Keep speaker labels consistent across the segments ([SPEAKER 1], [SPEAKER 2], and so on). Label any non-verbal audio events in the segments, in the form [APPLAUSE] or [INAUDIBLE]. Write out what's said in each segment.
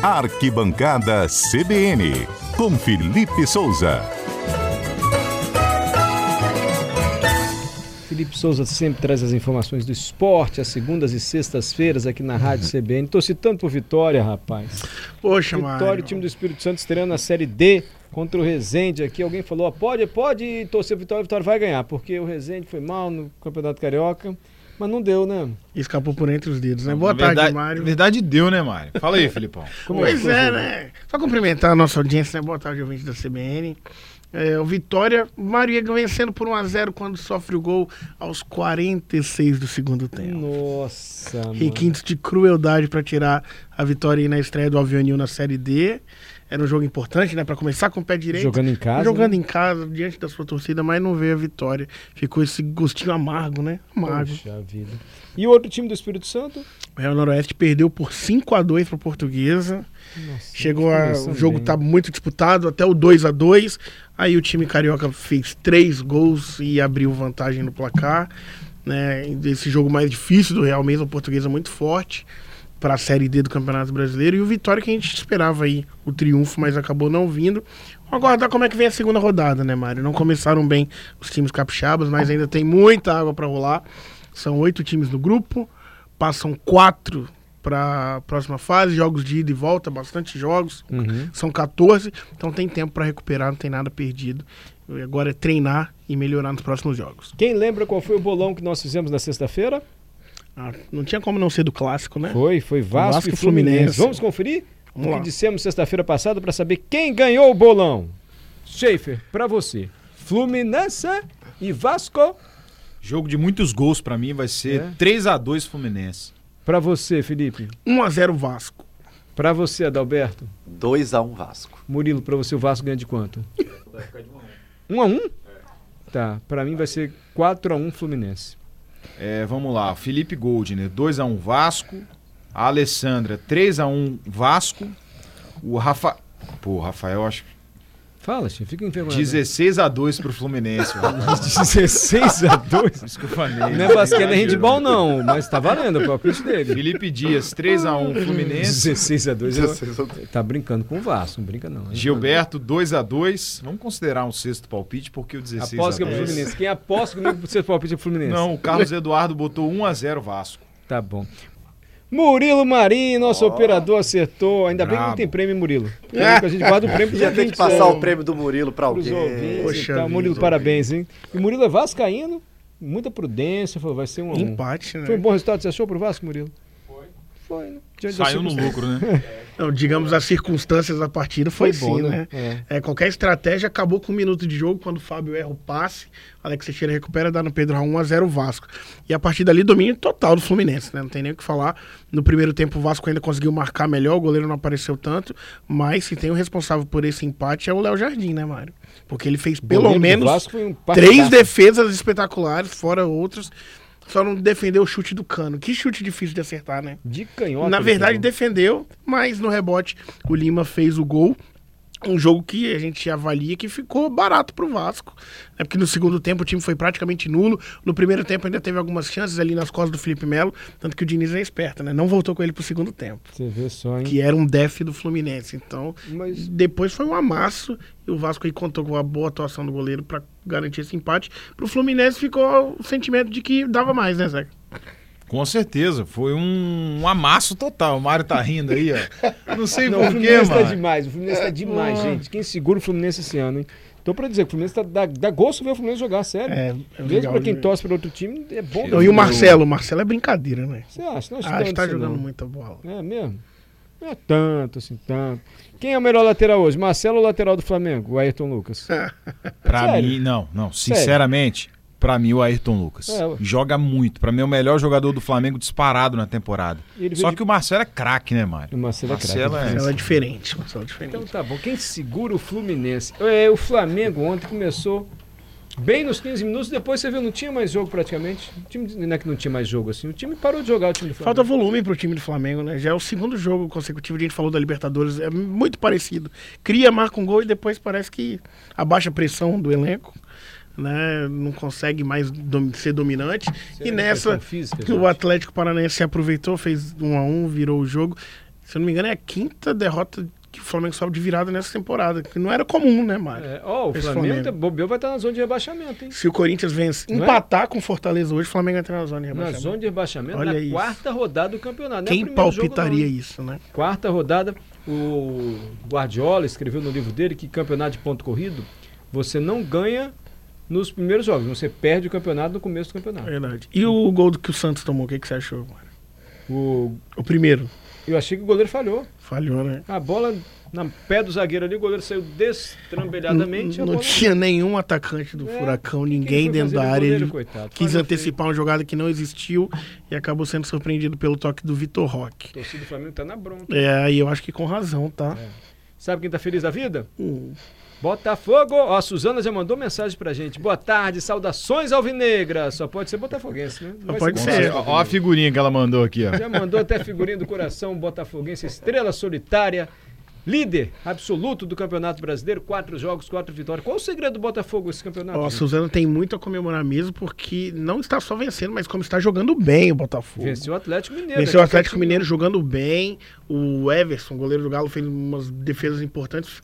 [SPEAKER 1] Arquibancada CBN, com Felipe Souza.
[SPEAKER 2] Felipe Souza sempre traz as informações do esporte às segundas e sextas-feiras aqui na
[SPEAKER 3] Uhum.
[SPEAKER 2] Rádio CBN. Torci tanto por Vitória, rapaz.
[SPEAKER 3] Poxa,
[SPEAKER 2] Vitória,
[SPEAKER 3] mano.
[SPEAKER 2] o time do Espírito Santo estreando na Série D contra o Rezende aqui. Alguém falou, ó, pode, pode torcer pro Vitória, o Vitória vai ganhar, porque o Rezende foi mal no Campeonato Carioca, mas não deu, né?
[SPEAKER 3] Escapou por entre os dedos, né? Boa
[SPEAKER 4] verdade,
[SPEAKER 3] tarde, Mário.
[SPEAKER 4] Verdade deu, né, Mário? Fala aí,
[SPEAKER 2] [LAUGHS]
[SPEAKER 4] Felipão.
[SPEAKER 2] Como
[SPEAKER 3] Pois
[SPEAKER 2] foi,
[SPEAKER 3] é,
[SPEAKER 2] Felipe?
[SPEAKER 3] né? Só cumprimentar a nossa audiência, né? Boa tarde, ouvinte da CBN. É, o Vitória, o Mário ia vencendo por 1x0 quando sofre o gol aos 46 do segundo tempo.
[SPEAKER 2] Nossa, mano.
[SPEAKER 3] Requintes de crueldade pra tirar a vitória aí na estreia do Avionil na Série D. Era um jogo importante, né? Pra começar com o pé direito.
[SPEAKER 2] Jogando em casa,
[SPEAKER 3] Jogando
[SPEAKER 2] né?
[SPEAKER 3] em casa, diante da sua torcida, mas não veio a vitória. Ficou esse gostinho amargo, né? Amargo.
[SPEAKER 2] Poxa vida. E o outro time do Espírito Santo?
[SPEAKER 3] O Real Noroeste perdeu por 5 a 2 para Portuguesa.
[SPEAKER 2] Nossa,
[SPEAKER 3] Chegou a. O
[SPEAKER 2] começando
[SPEAKER 3] jogo
[SPEAKER 2] bem.
[SPEAKER 3] tá muito disputado, até o 2 a 2 Aí o time carioca fez três gols e abriu vantagem no placar. Né? Esse jogo mais difícil do Real mesmo, a portuguesa muito forte para a Série D do Campeonato Brasileiro. E o Vitória que a gente esperava aí, o triunfo, mas acabou não vindo. Vamos aguardar como é que vem a segunda rodada, né, Mário? Não começaram bem os times capixabas, mas ainda tem muita água para rolar. São oito times no grupo, passam quatro para a próxima fase, jogos de ida e volta, bastante jogos.
[SPEAKER 2] Uhum.
[SPEAKER 3] São 14, então tem tempo para recuperar, não tem nada perdido. E Agora é treinar e melhorar nos próximos jogos.
[SPEAKER 2] Quem lembra qual foi o bolão que nós fizemos na sexta-feira?
[SPEAKER 3] Ah, não tinha como não ser do clássico, né?
[SPEAKER 2] Foi, foi Vasco,
[SPEAKER 3] Vasco
[SPEAKER 2] e
[SPEAKER 3] e
[SPEAKER 2] Fluminense.
[SPEAKER 3] Fluminense.
[SPEAKER 2] Vamos conferir
[SPEAKER 3] Vamos
[SPEAKER 2] o
[SPEAKER 3] lá.
[SPEAKER 2] que dissemos sexta-feira passada para saber quem ganhou o bolão. Schaefer, para você. Fluminense e Vasco.
[SPEAKER 4] Jogo de muitos gols pra mim vai ser
[SPEAKER 2] É?
[SPEAKER 4] 3 a 2 Fluminense.
[SPEAKER 2] Para você, Felipe.
[SPEAKER 3] 1x0 Vasco.
[SPEAKER 2] Para você, Adalberto.
[SPEAKER 5] 2x1 Vasco.
[SPEAKER 2] Murilo, para você o Vasco ganha de quanto? Vai ficar de 1 a 1? Tá, para mim vai ser 4 a 1 Fluminense.
[SPEAKER 4] É, vamos lá, Felipe Goldner, 2 a 1 Vasco. A Alessandra, 3 a 1 Vasco. O Rafa, pô, Rafael, acho que
[SPEAKER 2] Fala, Schaefer, fica enfermado.
[SPEAKER 4] 16 a 2 pro
[SPEAKER 2] [LAUGHS]
[SPEAKER 4] Fluminense, mano.
[SPEAKER 2] 16 a 2.
[SPEAKER 4] Isso que eu falei.
[SPEAKER 2] Não é basquete, não é
[SPEAKER 4] Exagero.
[SPEAKER 2] handball não, mas tá valendo o palpite dele.
[SPEAKER 4] Felipe Dias, 3 a 1
[SPEAKER 2] [LAUGHS]
[SPEAKER 4] Fluminense.
[SPEAKER 2] 16 a 2. eu- Tá brincando com o Vasco, não brinca não. hein?
[SPEAKER 4] Gilberto, 2 a 2. Vamos considerar um sexto palpite porque o 16
[SPEAKER 2] Aposta que
[SPEAKER 4] a
[SPEAKER 2] é pro
[SPEAKER 4] 2.
[SPEAKER 2] Fluminense. Quem aposta comigo pro seu palpite é pro Fluminense?
[SPEAKER 4] Não, o Carlos Eduardo botou 1 a 0 Vasco.
[SPEAKER 2] Tá bom. Murilo Marim, nosso operador, acertou. Ainda bem que não
[SPEAKER 4] Brabo.
[SPEAKER 2] tem prêmio, Murilo. É. A gente guarda o prêmio pro
[SPEAKER 5] Ia
[SPEAKER 2] dia
[SPEAKER 5] ter que
[SPEAKER 2] 20,
[SPEAKER 5] passar
[SPEAKER 2] né?
[SPEAKER 5] o prêmio do Murilo pra
[SPEAKER 2] Pros
[SPEAKER 5] alguém.
[SPEAKER 2] ouvintes.
[SPEAKER 3] Poxa
[SPEAKER 2] então,
[SPEAKER 3] vida,
[SPEAKER 2] Murilo,
[SPEAKER 3] os
[SPEAKER 2] parabéns, hein? E o Murilo é vascaíno, muita prudência, falou, vai ser um a um.
[SPEAKER 3] Empate, né?
[SPEAKER 2] Foi um bom resultado, você achou pro Vasco, Murilo? Foi. Foi, né? Diante das
[SPEAKER 4] Saiu no
[SPEAKER 2] circunstâncias.
[SPEAKER 4] lucro, né?
[SPEAKER 3] Não, digamos, as circunstâncias da partida foi,
[SPEAKER 2] Foi bom,
[SPEAKER 3] sim,
[SPEAKER 2] né?
[SPEAKER 3] né? É, qualquer estratégia acabou com um minuto de jogo quando o Fábio erra o passe, Alex Teixeira recupera, dá no Pedro Raul 1x0 Vasco. E a partir dali, domínio total do Fluminense, né? Não tem nem o que falar. No primeiro tempo, o Vasco ainda conseguiu marcar melhor, o goleiro não apareceu tanto, mas se tem o responsável por esse empate é o Léo Jardim, né, Mário? Porque ele fez
[SPEAKER 2] goleiro
[SPEAKER 3] pelo
[SPEAKER 2] do
[SPEAKER 3] menos
[SPEAKER 2] Vasco foi um
[SPEAKER 3] três
[SPEAKER 2] partidaço.
[SPEAKER 3] defesas espetaculares, fora outras. Só não defendeu o chute do cano. Que chute difícil de acertar, né?
[SPEAKER 2] De canhota.
[SPEAKER 3] Na
[SPEAKER 2] ele
[SPEAKER 3] verdade,
[SPEAKER 2] pegou.
[SPEAKER 3] defendeu, mas no rebote o Lima fez o gol. Um jogo que a gente avalia que ficou barato pro Vasco. Né? Porque no segundo tempo o time foi praticamente nulo. No primeiro tempo ainda teve algumas chances ali nas costas do Felipe Melo. Tanto que o Diniz é esperto, né? Não voltou com ele pro segundo tempo.
[SPEAKER 2] Você vê só, hein?
[SPEAKER 3] Que era um def do Fluminense. Então,
[SPEAKER 2] Mas
[SPEAKER 3] depois foi um amasso. E o Vasco aí contou com a boa atuação do goleiro pra garantir esse empate. Pro Fluminense ficou o sentimento de que dava mais, né, Zeca?
[SPEAKER 4] Com certeza, foi um, um amasso total. O Mário tá rindo aí,
[SPEAKER 2] [LAUGHS]
[SPEAKER 4] ó. Não sei
[SPEAKER 2] Não, o
[SPEAKER 4] porquê,
[SPEAKER 2] Fluminense tá
[SPEAKER 4] mano.
[SPEAKER 2] demais, o Fluminense tá
[SPEAKER 3] Ah.
[SPEAKER 2] demais, gente. Quem segura o Fluminense esse ano, hein? Tô pra dizer que o Fluminense tá, dá, dá gosto ver o Fluminense jogar, sério.
[SPEAKER 3] É, é
[SPEAKER 2] Mesmo
[SPEAKER 3] legal
[SPEAKER 2] pra quem
[SPEAKER 3] de ver.
[SPEAKER 2] torce pra outro time, é bom.
[SPEAKER 3] Não, e o Marcelo? O Marcelo é brincadeira, né?
[SPEAKER 2] Você acha? Não acho
[SPEAKER 3] Ah,
[SPEAKER 2] tanto
[SPEAKER 3] está
[SPEAKER 2] isso,
[SPEAKER 3] jogando
[SPEAKER 2] não.
[SPEAKER 3] muita bola.
[SPEAKER 2] É mesmo? Não é tanto, assim, tanto. Quem é o melhor lateral hoje? Marcelo ou lateral do Flamengo? O Ayrton Lucas.
[SPEAKER 3] É.
[SPEAKER 4] Pra
[SPEAKER 2] Sério?
[SPEAKER 4] mim, não, não. Sinceramente, pra mim o Ayrton Lucas
[SPEAKER 2] É, ué.
[SPEAKER 4] joga muito. Pra mim é o melhor jogador do Flamengo disparado na temporada.
[SPEAKER 2] E ele
[SPEAKER 4] Só
[SPEAKER 2] veio de-
[SPEAKER 4] que o Marcelo é craque, né, Mário?
[SPEAKER 2] O Marcelo é craque.
[SPEAKER 3] Ela é diferente, Marcelo, é diferente.
[SPEAKER 2] Então tá bom, quem segura o Fluminense? É, o Flamengo ontem começou bem nos 15 minutos, depois você viu, não tinha mais jogo praticamente. O time, não é que não tinha mais jogo assim, o time parou de jogar o time do Flamengo.
[SPEAKER 3] Falta volume pro time do Flamengo, né? Já é o segundo jogo consecutivo, a gente falou da Libertadores, é muito parecido. Cria, marca um gol e depois parece que abaixa a pressão do elenco, né? Não consegue mais dom- ser dominante.
[SPEAKER 2] Será
[SPEAKER 3] e
[SPEAKER 2] que é
[SPEAKER 3] nessa,
[SPEAKER 2] questão física,
[SPEAKER 3] o
[SPEAKER 2] gente?
[SPEAKER 3] Atlético Paranaense se aproveitou, fez um a um, virou o jogo. Se eu não me engano, é a quinta derrota que o Flamengo sobe de virada nessa temporada, que não era comum, né, Mário?
[SPEAKER 2] É, ó, o
[SPEAKER 3] Esse
[SPEAKER 2] Flamengo,
[SPEAKER 3] Flamengo.
[SPEAKER 2] tá- bobeou, vai estar na zona de rebaixamento, hein?
[SPEAKER 3] Se o Corinthians vence,
[SPEAKER 2] Não é?
[SPEAKER 3] empatar com o Fortaleza hoje, o Flamengo entra na zona de
[SPEAKER 2] Na
[SPEAKER 3] rebaixamento.
[SPEAKER 2] zona de rebaixamento,
[SPEAKER 3] Olha
[SPEAKER 2] na
[SPEAKER 3] isso.
[SPEAKER 2] quarta rodada do campeonato. Não é o
[SPEAKER 3] Quem
[SPEAKER 2] primeiro jogo,
[SPEAKER 3] palpitaria
[SPEAKER 2] não.
[SPEAKER 3] isso, né?
[SPEAKER 2] Quarta rodada, o Guardiola escreveu no livro dele que campeonato de ponto corrido, você não ganha nos primeiros jogos, você perde o campeonato no começo do campeonato.
[SPEAKER 3] Verdade. E o gol do que o Santos tomou, o que, que você achou? Mário? É.
[SPEAKER 2] O,
[SPEAKER 3] O primeiro.
[SPEAKER 2] eu achei que o goleiro falhou.
[SPEAKER 3] Falhou, né?
[SPEAKER 2] A bola no pé do zagueiro ali, o goleiro saiu destrambelhadamente.
[SPEAKER 3] Não,
[SPEAKER 2] a
[SPEAKER 3] não
[SPEAKER 2] bola-
[SPEAKER 3] tinha nenhum atacante do
[SPEAKER 2] É,
[SPEAKER 3] Furacão,
[SPEAKER 2] que que
[SPEAKER 3] ninguém
[SPEAKER 2] ele foi
[SPEAKER 3] dentro
[SPEAKER 2] fazer
[SPEAKER 3] da
[SPEAKER 2] no
[SPEAKER 3] área.
[SPEAKER 2] goleiro,
[SPEAKER 3] ele
[SPEAKER 2] coitado? um
[SPEAKER 3] quis
[SPEAKER 2] Falhou
[SPEAKER 3] antecipar uma jogada que não existiu e acabou sendo surpreendido pelo toque do Vitor Roque.
[SPEAKER 2] feio. Torcida do Flamengo tá na bronca.
[SPEAKER 3] É, e eu acho que com razão, tá?
[SPEAKER 2] Sabe quem tá feliz da vida?
[SPEAKER 3] Hum.
[SPEAKER 2] Botafogo! Ó, a Suzana já mandou mensagem pra gente. Boa tarde, saudações alvinegra. Só pode ser botafoguense, né? Não vai
[SPEAKER 3] pode
[SPEAKER 2] botafoguense.
[SPEAKER 3] ser.
[SPEAKER 4] Ó, ó a figurinha que ela mandou aqui, ó.
[SPEAKER 2] Já mandou até figurinha do coração botafoguense, estrela solitária, líder absoluto do Campeonato Brasileiro, quatro jogos, quatro vitórias. Qual o segredo do Botafogo esse campeonato?
[SPEAKER 3] Ó, a
[SPEAKER 2] gente?
[SPEAKER 3] Suzano tem muito a comemorar mesmo, porque não está só vencendo, mas como está jogando bem o Botafogo.
[SPEAKER 2] Venceu o Atlético Mineiro.
[SPEAKER 3] Venceu o
[SPEAKER 2] né?
[SPEAKER 3] Atlético Mineiro jogando bem. O Everson, goleiro do Galo, fez umas defesas importantes.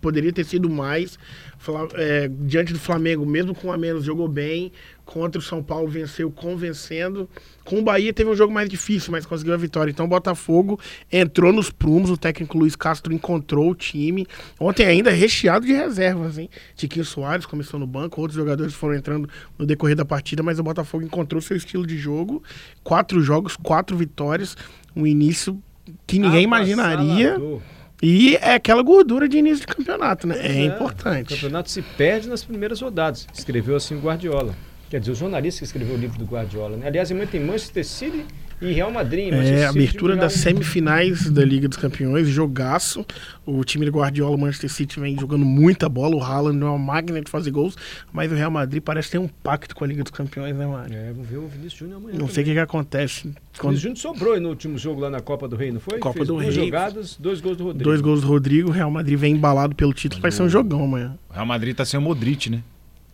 [SPEAKER 3] Poderia ter sido mais. Fla- é, diante do Flamengo, mesmo com a menos, jogou bem. Contra o São Paulo, venceu convencendo. Com o Bahia, teve um jogo mais difícil, mas conseguiu a vitória. Então, o Botafogo entrou nos prumos. O técnico Luiz Castro encontrou o time. Ontem, ainda recheado de reservas, hein? Tiquinho Soares começou no banco. Outros jogadores foram entrando no decorrer da partida, mas o Botafogo encontrou seu estilo de jogo. Quatro jogos, quatro vitórias, um início que ninguém
[SPEAKER 2] Ah,
[SPEAKER 3] imaginaria.
[SPEAKER 2] Avassalador.
[SPEAKER 3] E é aquela gordura de início de campeonato, né?
[SPEAKER 2] É,
[SPEAKER 3] É,
[SPEAKER 2] O
[SPEAKER 3] importante.
[SPEAKER 2] campeonato se perde nas primeiras rodadas. Escreveu assim o Guardiola. Quer dizer, o jornalista que escreveu o livro do Guardiola. Né? Aliás, amanhã tem Manchester City e Real Madrid. Manchester
[SPEAKER 3] É,
[SPEAKER 2] City
[SPEAKER 3] abertura
[SPEAKER 2] jogar
[SPEAKER 3] das semifinais da Liga dos Campeões, jogaço. O time do Guardiola, o Manchester City, vem jogando muita bola. O Haaland não é uma máquina de fazer gols, mas o Real Madrid parece ter um pacto com a Liga dos Campeões, né, Mário?
[SPEAKER 2] É, vamos ver o Vinícius Júnior amanhã.
[SPEAKER 3] Não sei o que, que acontece.
[SPEAKER 2] O
[SPEAKER 3] Quando
[SPEAKER 2] Vinícius Júnior sobrou aí no último jogo lá na Copa do Rei, não foi?
[SPEAKER 3] Copa
[SPEAKER 2] Fez
[SPEAKER 3] do
[SPEAKER 2] duas
[SPEAKER 3] Rei.
[SPEAKER 2] jogadas, dois gols do Rodrigo.
[SPEAKER 3] dois gols do Rodrigo, o Real Madrid vem embalado pelo título, vai ser um jogão amanhã.
[SPEAKER 4] O Real Madrid tá sem o Modric, né?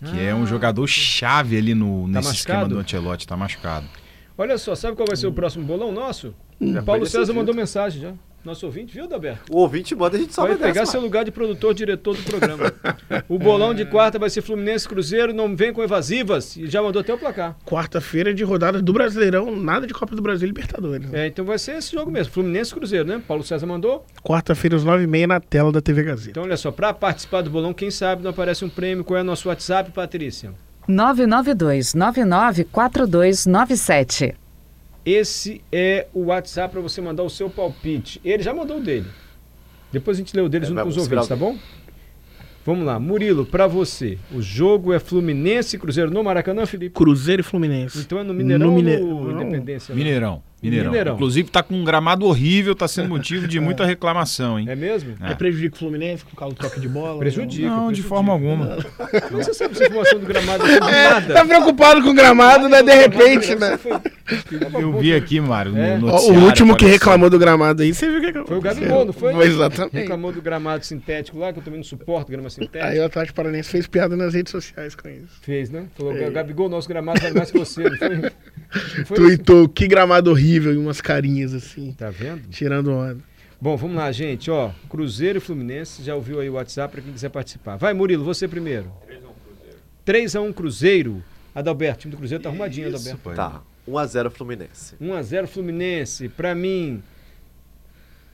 [SPEAKER 4] Que é
[SPEAKER 2] Ah. Tá
[SPEAKER 4] um jogador chave ali no, nesse esquema
[SPEAKER 2] machucado?
[SPEAKER 4] do Ancelotti, tá machucado.
[SPEAKER 2] Olha só, sabe qual vai ser o próximo bolão nosso?
[SPEAKER 5] Já
[SPEAKER 3] Hum.
[SPEAKER 2] o
[SPEAKER 5] foi
[SPEAKER 2] Paulo César
[SPEAKER 5] decidido.
[SPEAKER 2] mandou mensagem já. Nosso ouvinte, viu, Daberto?
[SPEAKER 5] O ouvinte manda, a gente sobe
[SPEAKER 2] Vai
[SPEAKER 5] dessa.
[SPEAKER 2] pegar
[SPEAKER 5] mano.
[SPEAKER 2] seu lugar de produtor, diretor do
[SPEAKER 3] [LAUGHS]
[SPEAKER 2] programa. o bolão de quarta vai ser Fluminense e Cruzeiro, não vem com evasivas. E já mandou até o placar.
[SPEAKER 3] Quarta-feira de rodada do Brasileirão, nada de Copa do Brasil e Libertadores. né?
[SPEAKER 2] É, então vai ser esse jogo mesmo, Fluminense e Cruzeiro, né? Paulo César mandou.
[SPEAKER 3] Quarta-feira, às 9h30, na tela da TV Gazeta.
[SPEAKER 2] Então, olha só, pra participar do bolão, quem sabe não aparece um prêmio. Qual é o nosso WhatsApp, Patrícia?
[SPEAKER 6] 992 994297.
[SPEAKER 2] Esse é o WhatsApp pra você mandar o seu palpite. Ele já mandou o dele. Depois a gente lê o dele
[SPEAKER 5] É,
[SPEAKER 2] junto
[SPEAKER 5] vai
[SPEAKER 2] com os
[SPEAKER 5] buscar
[SPEAKER 2] ouvintes, tá bom? Vamos lá, Murilo, pra você. O jogo é Fluminense e Cruzeiro no Maracanã, Felipe?
[SPEAKER 3] Cruzeiro e Fluminense.
[SPEAKER 2] Então é no Mineirão
[SPEAKER 3] No
[SPEAKER 2] ou
[SPEAKER 3] Mine-
[SPEAKER 2] no
[SPEAKER 3] não.
[SPEAKER 2] Independência? né?
[SPEAKER 4] Mineirão. Mineirão.
[SPEAKER 2] Mineirão.
[SPEAKER 4] Inclusive tá com um gramado horrível, tá sendo
[SPEAKER 2] [LAUGHS]
[SPEAKER 4] motivo de muita reclamação, hein?
[SPEAKER 2] É mesmo?
[SPEAKER 4] É.
[SPEAKER 3] É prejudica o Fluminense com o calo toque de bola?
[SPEAKER 2] Prejudica.
[SPEAKER 4] Não, de
[SPEAKER 2] prejudica.
[SPEAKER 4] forma alguma.
[SPEAKER 2] Como é que você sabe essa informação do gramado?
[SPEAKER 3] Tá
[SPEAKER 2] Nada.
[SPEAKER 3] preocupado com o gramado, né? De repente, né?
[SPEAKER 2] Tá
[SPEAKER 4] Eu vi aqui, Mário, no
[SPEAKER 2] É. Ó, o
[SPEAKER 3] Ó,
[SPEAKER 4] noticiário,
[SPEAKER 3] o último que
[SPEAKER 4] parece.
[SPEAKER 3] reclamou do gramado aí, você viu que
[SPEAKER 2] Foi o Gabigol, não foi?
[SPEAKER 3] Exatamente.
[SPEAKER 2] Reclamou do gramado sintético lá, que eu também não suporto grama sintética.
[SPEAKER 3] Aí o Atlético Paranaense fez piada nas redes sociais com isso.
[SPEAKER 2] Fez, né? Falou, Gabigol, nosso gramado vale mais que você. Não foi? Não foi?
[SPEAKER 3] Tuitou, que gramado horrível e umas carinhas assim,
[SPEAKER 2] Tá vendo?
[SPEAKER 3] tirando onda.
[SPEAKER 2] Bom, vamos lá, gente. Ó, Cruzeiro e Fluminense. Já ouviu aí o WhatsApp pra quem quiser participar. Vai, Murilo, você primeiro. 3x1 Cruzeiro. 3x1 Cruzeiro. Adalberto, o time do Cruzeiro tá arrumadinho,
[SPEAKER 4] Isso,
[SPEAKER 2] Adalberto.
[SPEAKER 4] pai.
[SPEAKER 5] Tá, 1x0 Fluminense.
[SPEAKER 2] 1x0 Fluminense. Pra mim,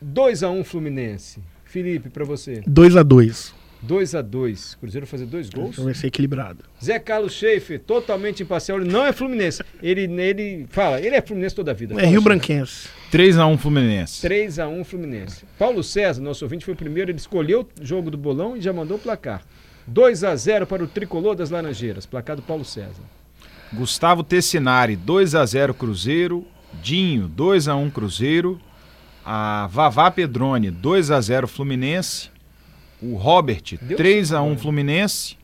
[SPEAKER 2] 2x1 Fluminense. Felipe, pra você.
[SPEAKER 3] 2x2.
[SPEAKER 2] 2x2. Cruzeiro fazer dois gols.
[SPEAKER 3] Vai ser é equilibrado.
[SPEAKER 2] Zé Carlos Schaefer, totalmente imparcial. Ele não é Fluminense. Ele, ele fala, ele é Fluminense toda a vida.
[SPEAKER 3] É
[SPEAKER 2] Fala,
[SPEAKER 3] Rio
[SPEAKER 2] Schaefer.
[SPEAKER 3] Branquense.
[SPEAKER 4] 3x1 Fluminense.
[SPEAKER 2] 3x1 Fluminense. Paulo César, nosso ouvinte, foi o primeiro. Ele escolheu o jogo do bolão e já mandou o placar. 2x0 para o tricolor das Laranjeiras. Placar do Paulo César.
[SPEAKER 4] Gustavo Tessinari, 2x0 Cruzeiro. Dinho, 2x1 Cruzeiro. A Vavá Pedrone, 2x0 Fluminense. O Robert,
[SPEAKER 2] Deus
[SPEAKER 4] 3x1 Fluminense.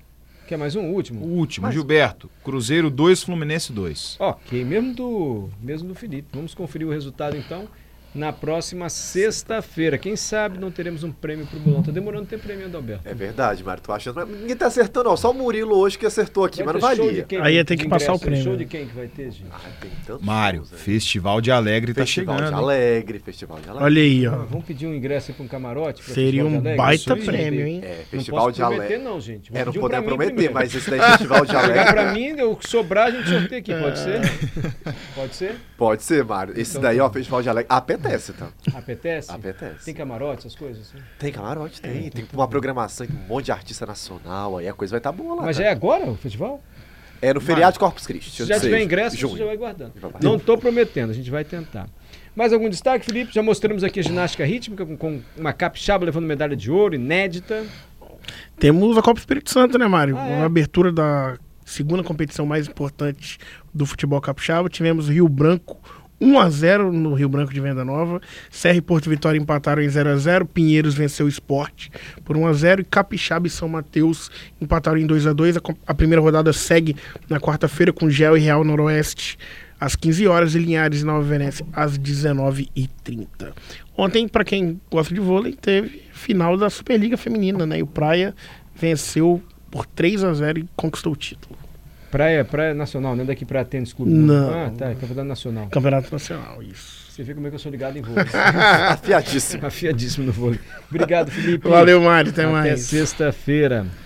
[SPEAKER 2] Quer mais um
[SPEAKER 4] O
[SPEAKER 2] último?
[SPEAKER 4] último,
[SPEAKER 5] Mas-
[SPEAKER 4] Gilberto, Cruzeiro 2, Fluminense 2.
[SPEAKER 2] Ok, mesmo do, mesmo do Felipe. Vamos conferir o resultado então. na próxima sexta-feira. Quem sabe não teremos um prêmio pro Bolão. Tá demorando ter prêmio, Adalberto.
[SPEAKER 5] É verdade, Mário, tu achando. mas Ninguém tá acertando, não. Só o Murilo hoje que acertou aqui, mas não
[SPEAKER 2] ter show de
[SPEAKER 5] valia.
[SPEAKER 2] quem
[SPEAKER 3] Aí ia ter
[SPEAKER 2] de
[SPEAKER 3] que passar o
[SPEAKER 2] ingresso?
[SPEAKER 3] prêmio. né?
[SPEAKER 2] Show de quem que vai ter, gente?
[SPEAKER 5] Ah, tem tantos
[SPEAKER 4] Mário,
[SPEAKER 5] shows aí.
[SPEAKER 4] Festival de Alegre
[SPEAKER 5] Festival
[SPEAKER 4] tá
[SPEAKER 5] de
[SPEAKER 4] chegando.
[SPEAKER 5] Alegre, Festival de Alegre.
[SPEAKER 3] Olha aí,
[SPEAKER 2] Ah,
[SPEAKER 3] ó.
[SPEAKER 2] Vamos pedir um ingresso aí pra um camarote? pra
[SPEAKER 3] Seria
[SPEAKER 2] Festival de
[SPEAKER 3] um
[SPEAKER 2] Alegre?
[SPEAKER 3] baita
[SPEAKER 2] Isso aí,
[SPEAKER 3] prêmio, hein?
[SPEAKER 5] É,
[SPEAKER 2] Não
[SPEAKER 5] Festival
[SPEAKER 2] posso
[SPEAKER 5] de
[SPEAKER 2] prometer,
[SPEAKER 5] Alegre.
[SPEAKER 2] não, gente. Vou
[SPEAKER 5] É, não
[SPEAKER 2] pedir um pra
[SPEAKER 5] podemos
[SPEAKER 2] mim
[SPEAKER 5] prometer,
[SPEAKER 2] primeiro.
[SPEAKER 5] mas esse daí é
[SPEAKER 2] [LAUGHS]
[SPEAKER 5] Festival de
[SPEAKER 2] Pegar
[SPEAKER 5] Alegre.
[SPEAKER 2] pra mim, o que sobrar a gente sorteia aqui, pode ser?
[SPEAKER 5] [LAUGHS]
[SPEAKER 2] Pode ser?
[SPEAKER 5] Pode ser, Mário. Esse
[SPEAKER 2] Então
[SPEAKER 5] daí, ó, Festival de Alegre. Apetece, tá?
[SPEAKER 2] Apetece?
[SPEAKER 5] Apetece.
[SPEAKER 2] Tem camarote, essas coisas? assim?
[SPEAKER 5] Tem camarote? Tem. Tem uma programação, tem um monte de artista nacional, aí a coisa vai estar boa lá.
[SPEAKER 2] Mas
[SPEAKER 5] tá?
[SPEAKER 2] já é agora o festival?
[SPEAKER 5] É no feriado de Corpus Christi.
[SPEAKER 2] Se já tiver
[SPEAKER 5] 16 de
[SPEAKER 2] ingresso,
[SPEAKER 5] junho.
[SPEAKER 2] você já vai guardando.
[SPEAKER 5] Vai lá.
[SPEAKER 2] Não estou prometendo, a gente vai tentar. Mais algum destaque, Felipe? Já mostramos aqui a ginástica rítmica com, com uma capixaba levando medalha de ouro, inédita.
[SPEAKER 3] Temos a Copa Espírito Santo, né, Mário?
[SPEAKER 2] Ah,
[SPEAKER 3] A
[SPEAKER 2] é?
[SPEAKER 3] abertura da segunda competição mais importante do futebol capixaba. Tivemos Rio Branco 1 a 0 no Rio Branco de Venda Nova. Serra e Porto Vitória empataram em 0 a 0 Pinheiros venceu o esporte por 1 a 0 E Capixaba e São Mateus empataram em 2 a 2 A, com- a primeira rodada segue na quarta-feira com Gel e Real Noroeste às 15 horas e Linhares e Nova Venécia às 19h30. Ontem, para quem gosta de vôlei, teve final da Superliga Feminina, né? E o Praia venceu por 3 a 0 e conquistou o título.
[SPEAKER 2] Praia, praia nacional, não é daqui pra Tênis Clube.
[SPEAKER 3] Não.
[SPEAKER 2] Ah, tá, é campeonato nacional.
[SPEAKER 3] Campeonato Nacional, isso.
[SPEAKER 2] Você vê como é que eu sou ligado em vôlei.
[SPEAKER 5] [LAUGHS] Afiadíssimo.
[SPEAKER 2] Afiadíssimo no vôlei. Obrigado, Felipe.
[SPEAKER 3] Valeu, Mário. Até,
[SPEAKER 2] Até
[SPEAKER 3] mais.
[SPEAKER 2] sexta-feira.